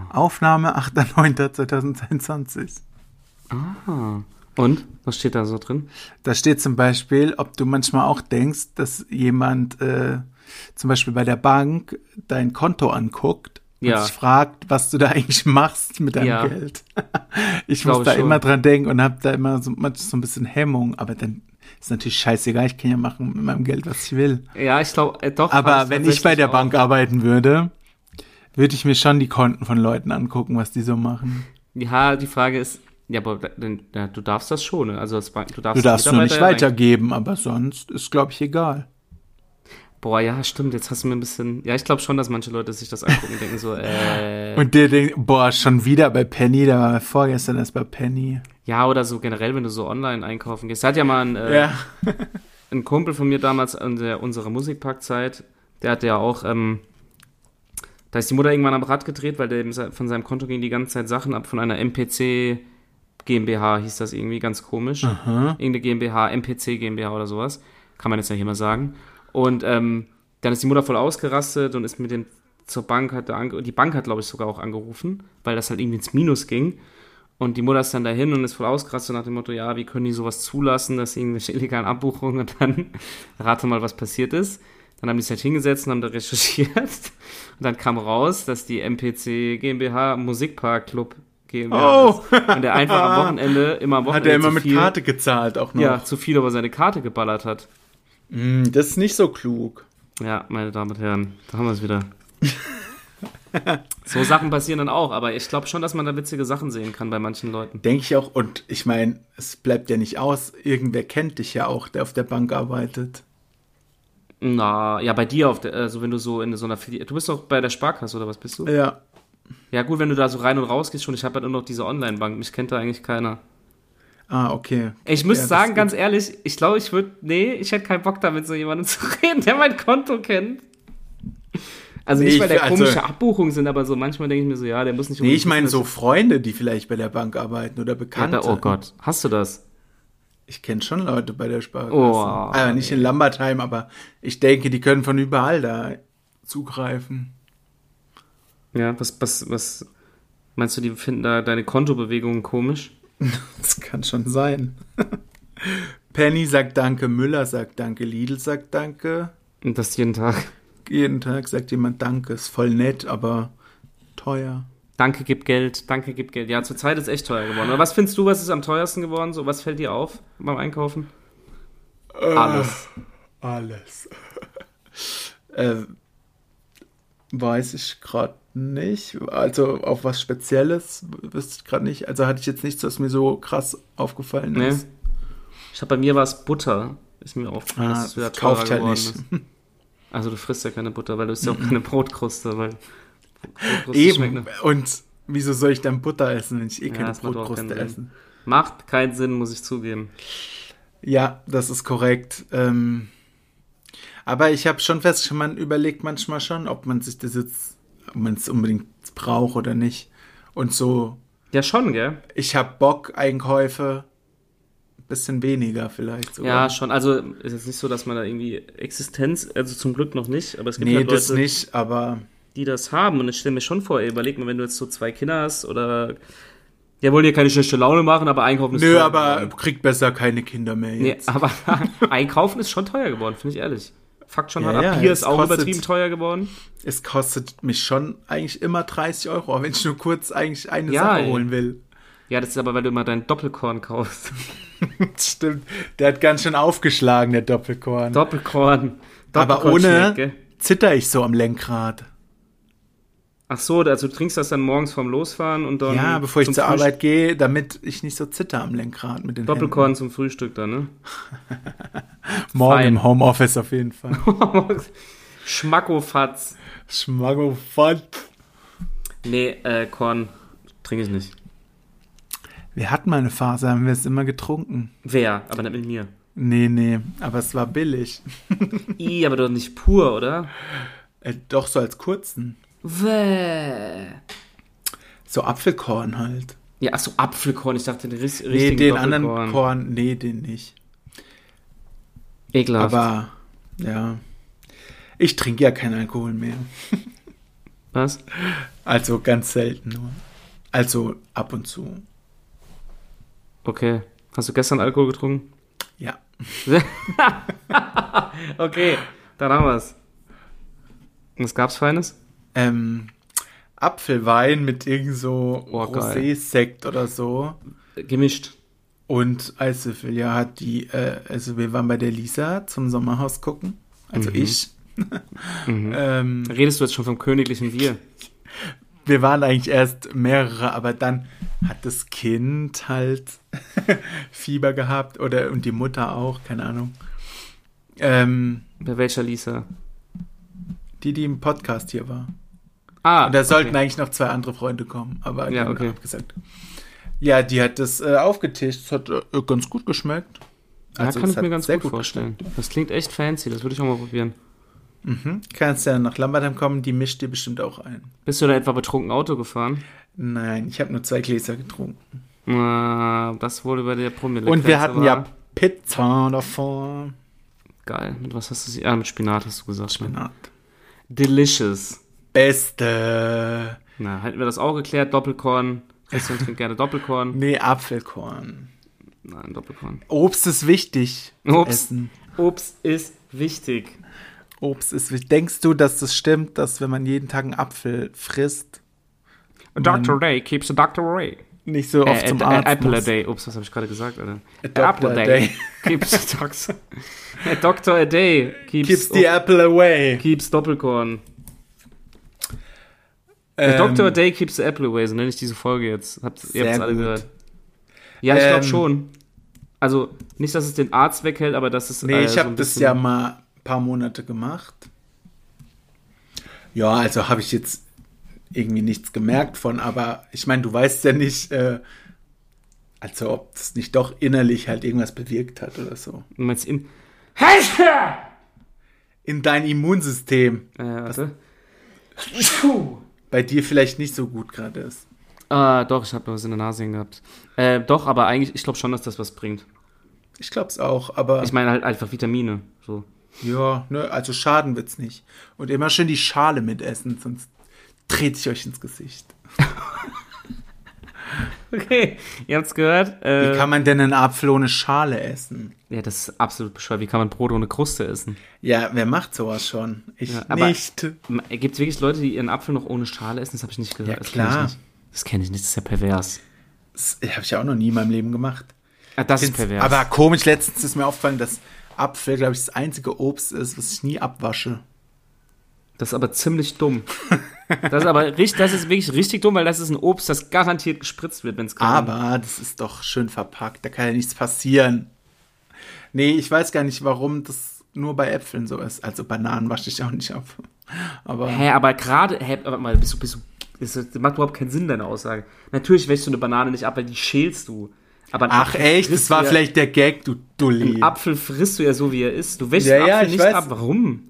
S2: Aufnahme 8.9.2022.
S1: Ah. Und? Was steht da so drin?
S2: Da steht zum Beispiel, ob du manchmal auch denkst, dass jemand äh, zum Beispiel bei der Bank dein Konto anguckt und
S1: Ja.
S2: sich fragt, was du da eigentlich machst mit deinem
S1: Ja.
S2: Geld. [LAUGHS] ich
S1: Glaube
S2: muss da
S1: schon.
S2: immer dran denken und habe da immer so, manchmal so ein bisschen Hemmung, aber dann ist natürlich scheißegal, ich kann ja machen mit meinem Geld, was ich will.
S1: Ja, ich glaube, äh, doch. hab
S2: Aber wenn ich bei der
S1: tatsächlich
S2: Bank arbeiten würde, würde ich mir schon die Konten von Leuten angucken, was die so machen.
S1: auch. Ja, die Frage ist, ja, aber da- denn, ja, du darfst das schon, ne? Also als Bank, du darfst
S2: Du darfst nur nicht
S1: Mitarbeiter ja rein-
S2: weitergeben, aber sonst ist, glaube ich, egal.
S1: Boah, ja, stimmt, jetzt hast du mir ein bisschen. Ja, ich glaube schon, dass manche Leute sich das angucken und
S2: [LAUGHS]
S1: denken so, äh.
S2: Und der denkt, boah, schon wieder bei Penny, da war vorgestern erst bei Penny.
S1: Ja, oder so generell, wenn du so online einkaufen gehst. Da hat ja mal ein, äh, ein Kumpel von mir damals an der, unserer Musikparkzeit, der hatte ja auch, ähm, da ist die Mutter irgendwann am Rad gedreht, weil dem, se- von seinem Konto ging die ganze Zeit Sachen ab von einer MPC GmbH, hieß das irgendwie ganz komisch. Irgendeine GmbH, MPC GmbH oder sowas. Kann man jetzt ja hier mal sagen. Und ähm, dann ist die Mutter voll ausgerastet und ist mit den zur Bank, hat da ange die Bank hat, glaube ich, sogar auch angerufen, weil das halt irgendwie ins Minus ging. Und die Mutter ist dann dahin und ist voll ausgerastet nach dem Motto, ja, wie können die sowas zulassen, dass irgendwelche [LAUGHS] illegalen Abbuchungen und dann [LAUGHS] rate mal, was passiert ist. Dann haben die sich halt hingesetzt und haben da recherchiert. [LAUGHS] Und dann kam raus, dass die MPC GmbH Musikpark Club GmbH
S2: Oh.
S1: ist. Und der einfach am Wochenende, immer am
S2: Hat
S1: Wochenende
S2: er immer
S1: zu
S2: mit
S1: viel,
S2: Karte gezahlt auch noch.
S1: ja, Hm, zu viel über seine Karte geballert hat.
S2: Mm, das ist nicht so klug.
S1: Ja, meine Damen und Herren, da haben wir es
S2: [LAUGHS]
S1: wieder. so Sachen passieren dann auch, aber ich glaube schon, dass man da witzige Sachen sehen kann bei manchen Leuten.
S2: Denke ich auch. Und ich meine, es bleibt ja nicht aus. Irgendwer kennt dich ja auch, der auf der Bank arbeitet.
S1: Na, ja, bei dir auf der, also wenn du so in so einer Fili Du bist doch bei der Sparkasse oder was bist du?
S2: Ja.
S1: Ja, gut, wenn du da so rein und raus gehst schon, ich habe halt nur noch diese Online-Bank, mich kennt da eigentlich keiner.
S2: Ah, okay.
S1: Ich muss
S2: Ja, das
S1: sagen,
S2: ist
S1: ganz ehrlich, ich glaube, ich würde, nee, ich hätte keinen Bock damit, so jemandem [LAUGHS] zu reden, der mein Konto kennt. Also
S2: Nee,
S1: nicht,
S2: ich-
S1: weil der
S2: also-
S1: komische Abbuchungen sind, aber so manchmal denke ich mir so, ja, der muss nicht
S2: Nee, ich
S1: unbedingt
S2: meine
S1: wissen,
S2: so Freunde, die vielleicht bei der Bank arbeiten oder
S1: dass- Ja,
S2: Bekannte.
S1: da, oh Gott, hast du das?
S2: Ich kenne schon Leute bei der Sparkasse.
S1: Oh,
S2: also nicht in Lambertheim, aber ich denke, die können von überall da zugreifen.
S1: Ja, was, was, was, meinst du, die finden da deine Kontobewegungen komisch?
S2: Das kann schon sein. [LAUGHS] Penny sagt Danke, Müller sagt Danke, Lidl sagt Danke.
S1: Und das jeden Tag.
S2: Jeden Tag sagt jemand Danke. Ist voll nett, aber teuer.
S1: Danke, gib Geld, danke, gib Geld. Ja, zurzeit ist echt teuer geworden. Aber was findest du, was ist am teuersten geworden? So, was fällt dir auf beim Einkaufen? Äh, Alles.
S2: Alles. [LAUGHS] äh, weiß ich gerade nicht. Also auf was Spezielles wüsste ich gerade nicht. Also hatte ich jetzt nichts, was mir so krass aufgefallen
S1: Nee.
S2: ist.
S1: ne? Ich habe bei mir war es Butter. Ist mir aufgefallen,
S2: Ah,
S1: dass es wieder
S2: das
S1: teurer
S2: kauft halt
S1: geworden
S2: nicht.
S1: ist. Also du frisst ja keine Butter, weil du isst ja auch [LAUGHS] keine Brotkruste, weil Brotkruste schmeckt
S2: Eben.
S1: nach-
S2: Und wieso soll ich dann Butter essen, wenn ich eh
S1: Ja,
S2: keine
S1: das macht auch
S2: Brotkruste
S1: keinen Sinn.
S2: essen?
S1: Macht keinen Sinn, muss ich zugeben.
S2: Ja, das ist korrekt. Ähm, aber ich habe schon fest, man überlegt manchmal schon, ob man sich das jetzt, ob man es unbedingt braucht oder nicht. Und so,
S1: Ja, schon, gell?
S2: ich habe Bock, Einkäufe, bisschen weniger vielleicht sogar.
S1: Ja, schon. Also ist jetzt nicht so, dass man da irgendwie Existenz, also zum Glück noch nicht, aber es gibt
S2: nee,
S1: halt
S2: das
S1: Leute,
S2: nicht, aber
S1: die das haben. Und ich stelle mir schon vor, ey, überleg mal, wenn du jetzt so zwei Kinder hast oder. Ja, wollen dir keine schlechte Laune machen, aber einkaufen ist
S2: nö,
S1: teuer
S2: aber
S1: geworden.
S2: kriegt besser keine Kinder mehr
S1: Nee,
S2: jetzt.
S1: aber [LAUGHS] einkaufen ist schon teuer geworden, finde ich ehrlich. Fakt schon
S2: Ja,
S1: hart
S2: ja,
S1: ab. Bier
S2: es
S1: ist auch
S2: kostet-
S1: übertrieben teuer geworden.
S2: Es kostet mich schon eigentlich immer 30 Euro, wenn ich nur kurz eigentlich eine
S1: Ja,
S2: Sache
S1: ey.
S2: holen will. [LAUGHS]
S1: Ja, das ist aber, weil du immer dein Doppelkorn kaufst. [LAUGHS]
S2: Stimmt, der hat ganz schön aufgeschlagen, der Doppelkorn.
S1: Doppelkorn.
S2: aber ohne
S1: Doppelkorn-Snack, gell?
S2: zitter ich so am Lenkrad.
S1: Ach so, also du trinkst das dann morgens vorm Losfahren und dann.
S2: Ja, bevor ich
S1: zum
S2: zur
S1: Frühst-
S2: Arbeit gehe, damit ich nicht so zitter am Lenkrad mit den
S1: Doppelkorn zum Frühstück dann, ne?
S2: Händen. Morgen
S1: Fein.
S2: im Homeoffice auf
S1: [LAUGHS]
S2: jeden Fall.
S1: ne? Schmackofatz.
S2: Schmagofant.
S1: Nee, äh, Korn trinke ich nicht.
S2: Wir hatten mal eine Phase, haben wir es immer getrunken.
S1: Wer? Aber nicht mit mir.
S2: Nee, nee, aber es war billig.
S1: I, aber doch nicht pur, oder?
S2: Äh, doch so als kurzen.
S1: Wäh.
S2: So Apfelkorn halt.
S1: Ja, achso, Apfelkorn. Ich dachte, den riss-
S2: Nee,
S1: richtigen
S2: den
S1: Doppelkorn.
S2: anderen Korn, nee, den nicht.
S1: Ekelhaft.
S2: Aber, ja. Ich trinke ja keinen Alkohol mehr.
S1: Was?
S2: Also ganz selten nur. Also ab und zu.
S1: Okay. Hast du gestern Alkohol getrunken?
S2: Ja.
S1: Okay, dann haben wir's. Was gab's Feines?
S2: Ähm, Apfelwein mit irgend so
S1: Oh, geil.
S2: Rosé-Sekt oder so.
S1: Gemischt.
S2: Und Eiswürfel, ja, hat die, äh, also wir waren bei der Lisa zum Sommerhaus gucken.
S1: Mhm.
S2: Also
S1: [LAUGHS]
S2: ich. ähm,
S1: Redest du jetzt schon vom königlichen Wir?
S2: wir waren eigentlich erst mehrere, aber dann hat das Kind halt [LAUGHS] Fieber gehabt oder und die Mutter auch, keine Ahnung. Ähm,
S1: Bei welcher Lisa?
S2: die, die im Podcast hier war.
S1: Ah,
S2: Und da sollten
S1: okay.
S2: eigentlich noch zwei andere Freunde kommen, aber die
S1: Ja,
S2: haben
S1: okay.
S2: abgesagt. Ja, die hat das äh, aufgetischt. Es hat äh, ganz gut geschmeckt.
S1: da
S2: Also,
S1: kann
S2: es
S1: ich
S2: hat
S1: mir ganz
S2: sehr
S1: gut, vorstellen.
S2: geschmeckt.
S1: Das klingt echt fancy, das würde ich auch mal probieren.
S2: Mhm. Kannst ja nach Lambertheim kommen, die mischt dir bestimmt auch ein.
S1: Bist du da etwa betrunken Auto gefahren?
S2: Nein, ich habe nur zwei Gläser getrunken.
S1: Ah, das wurde bei der Promille.
S2: Und wir hatten
S1: war.
S2: ja Pizza davor.
S1: Geil. Mit was hast du sie? Ah, mit Spinat hast du gesagt. Spinat.
S2: Na,
S1: Delicious.
S2: Beste.
S1: Na, hätten wir das auch geklärt. Doppelkorn. Christian trinkt gerne Doppelkorn.
S2: Nee, Apfelkorn.
S1: Nein, Doppelkorn.
S2: Obst ist wichtig. zu
S1: Obst.
S2: Essen.
S1: Obst ist wichtig.
S2: Obst ist wichtig. Denkst du, dass das stimmt, dass wenn man jeden Tag einen Apfel frisst,
S1: Dr. Äh, Ray keeps a Dr. Ray.
S2: nicht so oft
S1: Äh,
S2: zum
S1: äh,
S2: Arzt
S1: Apple a
S2: muss?
S1: day. Ups, was habe ich gerade gesagt, Alter?
S2: Doppler day.
S1: [LAUGHS] keeps a doctor. a doctor a day keeps,
S2: Keeps the apple away.
S1: keeps Doppelkorn.
S2: Ähm,
S1: a doctor a day keeps the apple away, so nenne ich diese Folge jetzt. Habt, ihr habt es
S2: Sehr
S1: alle
S2: gut.
S1: gehört. Ja, ich glaube
S2: Ähm,
S1: schon. Also, nicht, dass es den Arzt weghält, aber dass es.
S2: Nee,
S1: äh,
S2: ich
S1: so
S2: habe
S1: ein
S2: das
S1: bisschen-
S2: ja mal ein paar Monate gemacht. Ja, also habe ich jetzt irgendwie nichts gemerkt von, aber ich meine, du weißt ja nicht, äh, also ob das nicht doch innerlich halt irgendwas bewirkt hat oder so.
S1: Du meinst in. Heiße!
S2: In dein Immunsystem,
S1: Äh, warte.
S2: bei dir vielleicht nicht so gut gerade ist.
S1: Ah, doch, ich habe noch was in der Nase hängen gehabt. Äh, doch, aber eigentlich, ich glaube schon, dass das was bringt.
S2: Ich glaube es auch, aber
S1: Ich meine halt einfach Vitamine. So.
S2: ja, ne, also schaden wird's nicht. Und immer schön die Schale mitessen, sonst trete ich euch ins Gesicht.
S1: Okay, ihr habt's gehört.
S2: Wie
S1: Äh,
S2: kann man denn einen Apfel ohne Schale essen?
S1: ja, das ist absolut bescheuert. Wie kann man Brot ohne Kruste essen?
S2: Ja, wer macht sowas schon? Ich
S1: Ja, aber-
S2: nicht.
S1: Gibt es wirklich Leute, die ihren Apfel noch ohne Schale essen? Das habe ich nicht gehört.
S2: Ja,
S1: Das kenn ich
S2: klar.
S1: nicht. Das kenne ich nicht, das ist ja pervers.
S2: Das habe ich ja auch noch nie in meinem Leben gemacht.
S1: Ah, das ist
S2: Find's-
S1: pervers.
S2: Aber komisch, letztens ist mir aufgefallen, dass Apfel, glaube ich, das einzige Obst ist, was ich nie abwasche.
S1: das ist aber ziemlich
S2: [LAUGHS]
S1: dumm. Das ist aber richtig, das ist wirklich richtig dumm, weil das ist ein Obst, das garantiert gespritzt wird, wenn es
S2: Aber das ist doch schön verpackt, da kann ja nichts passieren. Nee, ich weiß gar nicht, warum das nur bei Äpfeln so ist. Also Bananen wasche ich auch nicht ab. Aber
S1: Hä, aber gerade, hä, warte mal, bist du, bist du, das das macht überhaupt keinen Sinn, deine Aussage. Natürlich wäschst du eine Banane nicht ab, weil die schälst du. Aber einen
S2: ach
S1: Apfel
S2: echt,
S1: frisst
S2: das war
S1: du ja,
S2: vielleicht der Gag, du Dulli.
S1: Einen Apfel frisst du ja so, wie er ist. Du wäschst
S2: Ja,
S1: einen
S2: ja,
S1: Apfel
S2: ich
S1: nicht
S2: weiß.
S1: ab. Warum?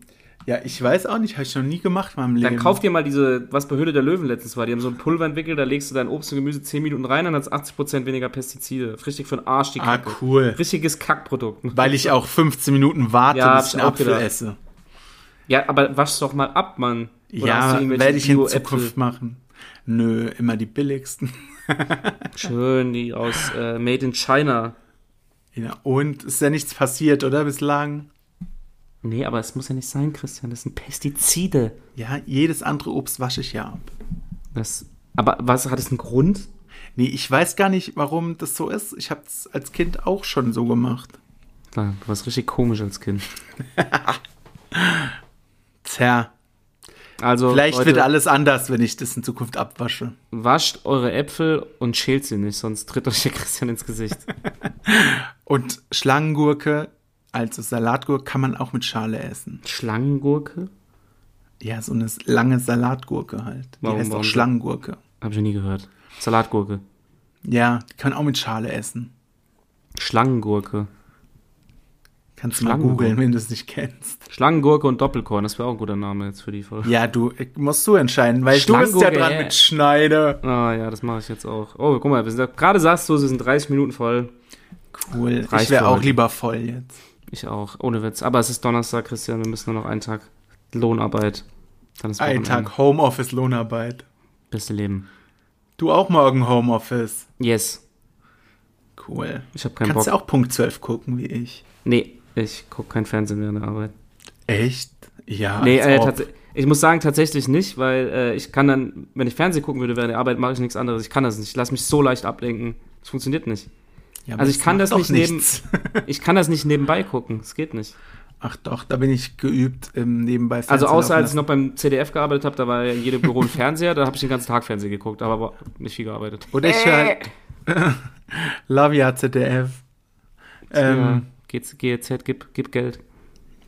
S2: Ja, ich weiß auch nicht, habe ich noch nie gemacht in meinem Leben.
S1: Dann kauf dir mal diese, was bei Höhle der Löwen letztens war. Die haben so ein Pulver entwickelt, da legst du dein Obst und Gemüse 10 Minuten rein, dann hat es 80% weniger Pestizide. Richtig für den Arsch, die
S2: ah,
S1: Kacke.
S2: cool.
S1: Richtiges Kackprodukt.
S2: Weil ich auch 15 Minuten warte,
S1: Ja, hab
S2: bis
S1: ich
S2: ich einen
S1: auch
S2: Apfel
S1: gedacht.
S2: esse.
S1: Ja, aber wasch doch mal ab, Mann. Oder hast du
S2: ja,
S1: irgendwelche
S2: werde ich in
S1: Bio-Äpfel?
S2: Zukunft machen. Nö, immer die billigsten. [LAUGHS]
S1: Schön, die aus äh, Made in China.
S2: Ja, und ist ja nichts passiert, oder bislang?
S1: Nee, aber es muss ja nicht sein, Christian. Das sind Pestizide.
S2: Ja, jedes andere Obst wasche ich ja ab.
S1: Das, aber was hat es einen Grund?
S2: Nee, ich weiß gar nicht, warum das so ist. Ich habe es als Kind auch schon so gemacht.
S1: Ah, Du warst richtig komisch als Kind.
S2: Tja,
S1: Also,
S2: vielleicht
S1: Leute,
S2: wird alles anders, wenn ich das in Zukunft abwasche.
S1: wascht eure Äpfel und schält sie nicht, sonst tritt euch der Christian ins
S2: [LAUGHS]
S1: Gesicht.
S2: Und Schlangengurke, also Salatgurke, kann man auch mit Schale essen.
S1: Schlangengurke?
S2: Ja, so eine lange Salatgurke halt. Die
S1: Warum-
S2: heißt
S1: warum
S2: auch
S1: so?
S2: Schlangengurke.
S1: Hab ich noch nie gehört. Salatgurke.
S2: Ja, die kann man auch mit Schale essen.
S1: Schlangengurke.
S2: Kannst du mal googeln, wenn du es nicht kennst.
S1: Schlangengurke und Doppelkorn, das wäre auch ein guter Name jetzt für die Folge.
S2: Ja, du äh, musst du entscheiden, weil du bist ja
S1: Schlangengurke,
S2: dran
S1: ja.
S2: mit Schneide.
S1: Ah ja, das mache ich jetzt auch. Oh, guck mal, wir sind gerade sagst du, es sind 30 Minuten voll.
S2: Cool.
S1: Reicht
S2: ich wäre
S1: für
S2: auch
S1: heute.
S2: lieber voll jetzt.
S1: Ich auch, ohne Witz. Aber es ist Donnerstag, Christian, wir müssen nur noch einen Tag Lohnarbeit. Dann ist
S2: Ein
S1: Wochenende.
S2: Tag Homeoffice, Lohnarbeit.
S1: Beste Leben.
S2: Du auch morgen Homeoffice.
S1: Yes,
S2: Cool.
S1: ich habe keinen
S2: Kannst
S1: Bock.
S2: du auch Punkt 12 gucken wie ich?
S1: Nee, ich gucke kein Fernsehen während der Arbeit.
S2: Echt? Ja.
S1: Nee,
S2: als
S1: äh,
S2: ob.
S1: tats- ich muss sagen, tatsächlich nicht, weil äh, ich kann dann, wenn ich Fernsehen gucken würde während der Arbeit, mache ich nichts anderes. Ich kann das nicht. Ich lasse mich so leicht ablenken. Das funktioniert nicht.
S2: Ja, aber
S1: also ich kann
S2: macht
S1: das
S2: doch
S1: nicht neben- Ich kann das nicht nebenbei gucken. Es geht nicht.
S2: [LAUGHS] Ach doch, da bin ich geübt im nebenbei
S1: Also
S2: Fernsehen
S1: außer als ich
S2: laufen
S1: noch beim CDF gearbeitet habe, da war ja in jedem Büro ein Fernseher, da habe ich den ganzen Tag Fernsehen geguckt, aber war nicht viel gearbeitet.
S2: lassen. Oder ich höre halt Love ya ZDF. Ähm,
S1: ja, GZ, GZ gib, gib Geld.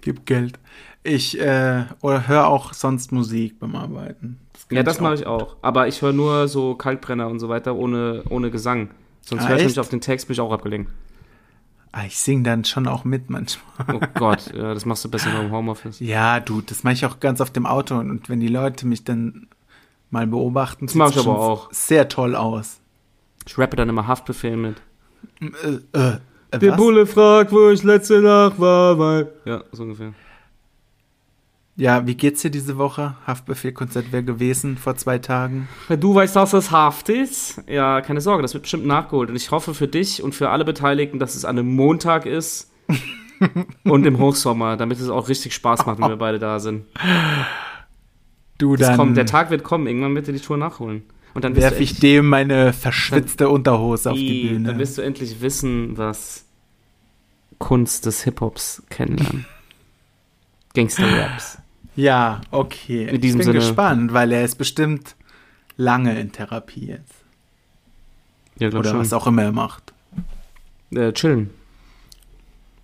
S2: Gib Geld. Ich äh, oder höre auch sonst Musik beim Arbeiten.
S1: Ja, das mache ich auch. Aber ich höre nur so Kalkbrenner und so weiter ohne, ohne Gesang. Sonst
S2: Ah,
S1: höre ich
S2: echt?
S1: nicht auf den Text, bin ich auch abgelenkt.
S2: Ah, ich singe dann schon auch mit manchmal.
S1: Oh Gott, ja, das machst du besser nur im Homeoffice.
S2: Ja, du, das mache ich auch ganz auf dem Auto und, und wenn die Leute mich dann mal beobachten,
S1: Das mach
S2: sieht's
S1: ich aber
S2: schon
S1: auch.
S2: sehr toll aus.
S1: Ich rappe dann immer Haftbefehl mit.
S2: Äh, äh, äh,
S1: Der
S2: was?
S1: Bulle fragt, wo ich letzte Nacht war, weil... Ja, so ungefähr.
S2: Ja, wie geht's dir diese Woche? Haftbefehl-Konzert wäre gewesen vor zwei Tagen.
S1: Du weißt, dass das Haft ist? Ja, keine Sorge, das wird bestimmt nachgeholt. Und ich hoffe für dich und für alle Beteiligten, dass es an einem Montag
S2: [LAUGHS]
S1: ist und im Hochsommer, damit es auch richtig Spaß macht, wenn wir beide da sind.
S2: Du
S1: Das
S2: dann
S1: kommt, der Tag wird kommen, irgendwann wird er die Tour nachholen. Und dann wirst
S2: werf
S1: du
S2: ich dem meine verschwitzte Unterhose auf die
S1: endlich- dann
S2: Bühne.
S1: wirst du endlich wissen, was Kunst des Hip-Hops
S2: [LAUGHS]
S1: kennenlernen. Gangster-Raps.
S2: Ja, okay.
S1: In diesem
S2: ich bin
S1: Sinne.
S2: gespannt, weil er ist bestimmt lange in Therapie jetzt.
S1: Ja, glaub
S2: Oder was auch immer er macht.
S1: Äh, chillen.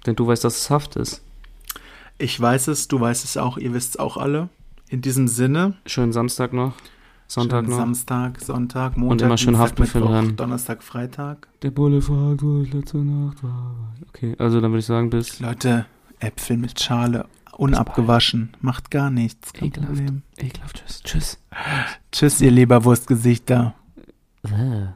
S1: Denn du weißt, dass es Haft ist.
S2: Ich weiß es, du weißt es auch, ihr wisst es auch alle. In diesem Sinne,
S1: Schönen Samstag noch. Sonntag
S2: schönen
S1: noch.
S2: Samstag, Sonntag, Montag,
S1: immer schön Haftbefehl
S2: Mittwoch,
S1: hören.
S2: Donnerstag, Freitag.
S1: Der Bulle fragt, wo ich letzte Nacht war. Okay, also dann würde ich sagen, bis.
S2: Leute, Äpfel mit Schale, unabgewaschen, macht gar nichts. Kein
S1: Ekelhaft.
S2: Problem.
S1: Ekelhaft, tschüss. Tschüss.
S2: Tschüss, ihr Leberwurstgesichter.
S1: Bäh.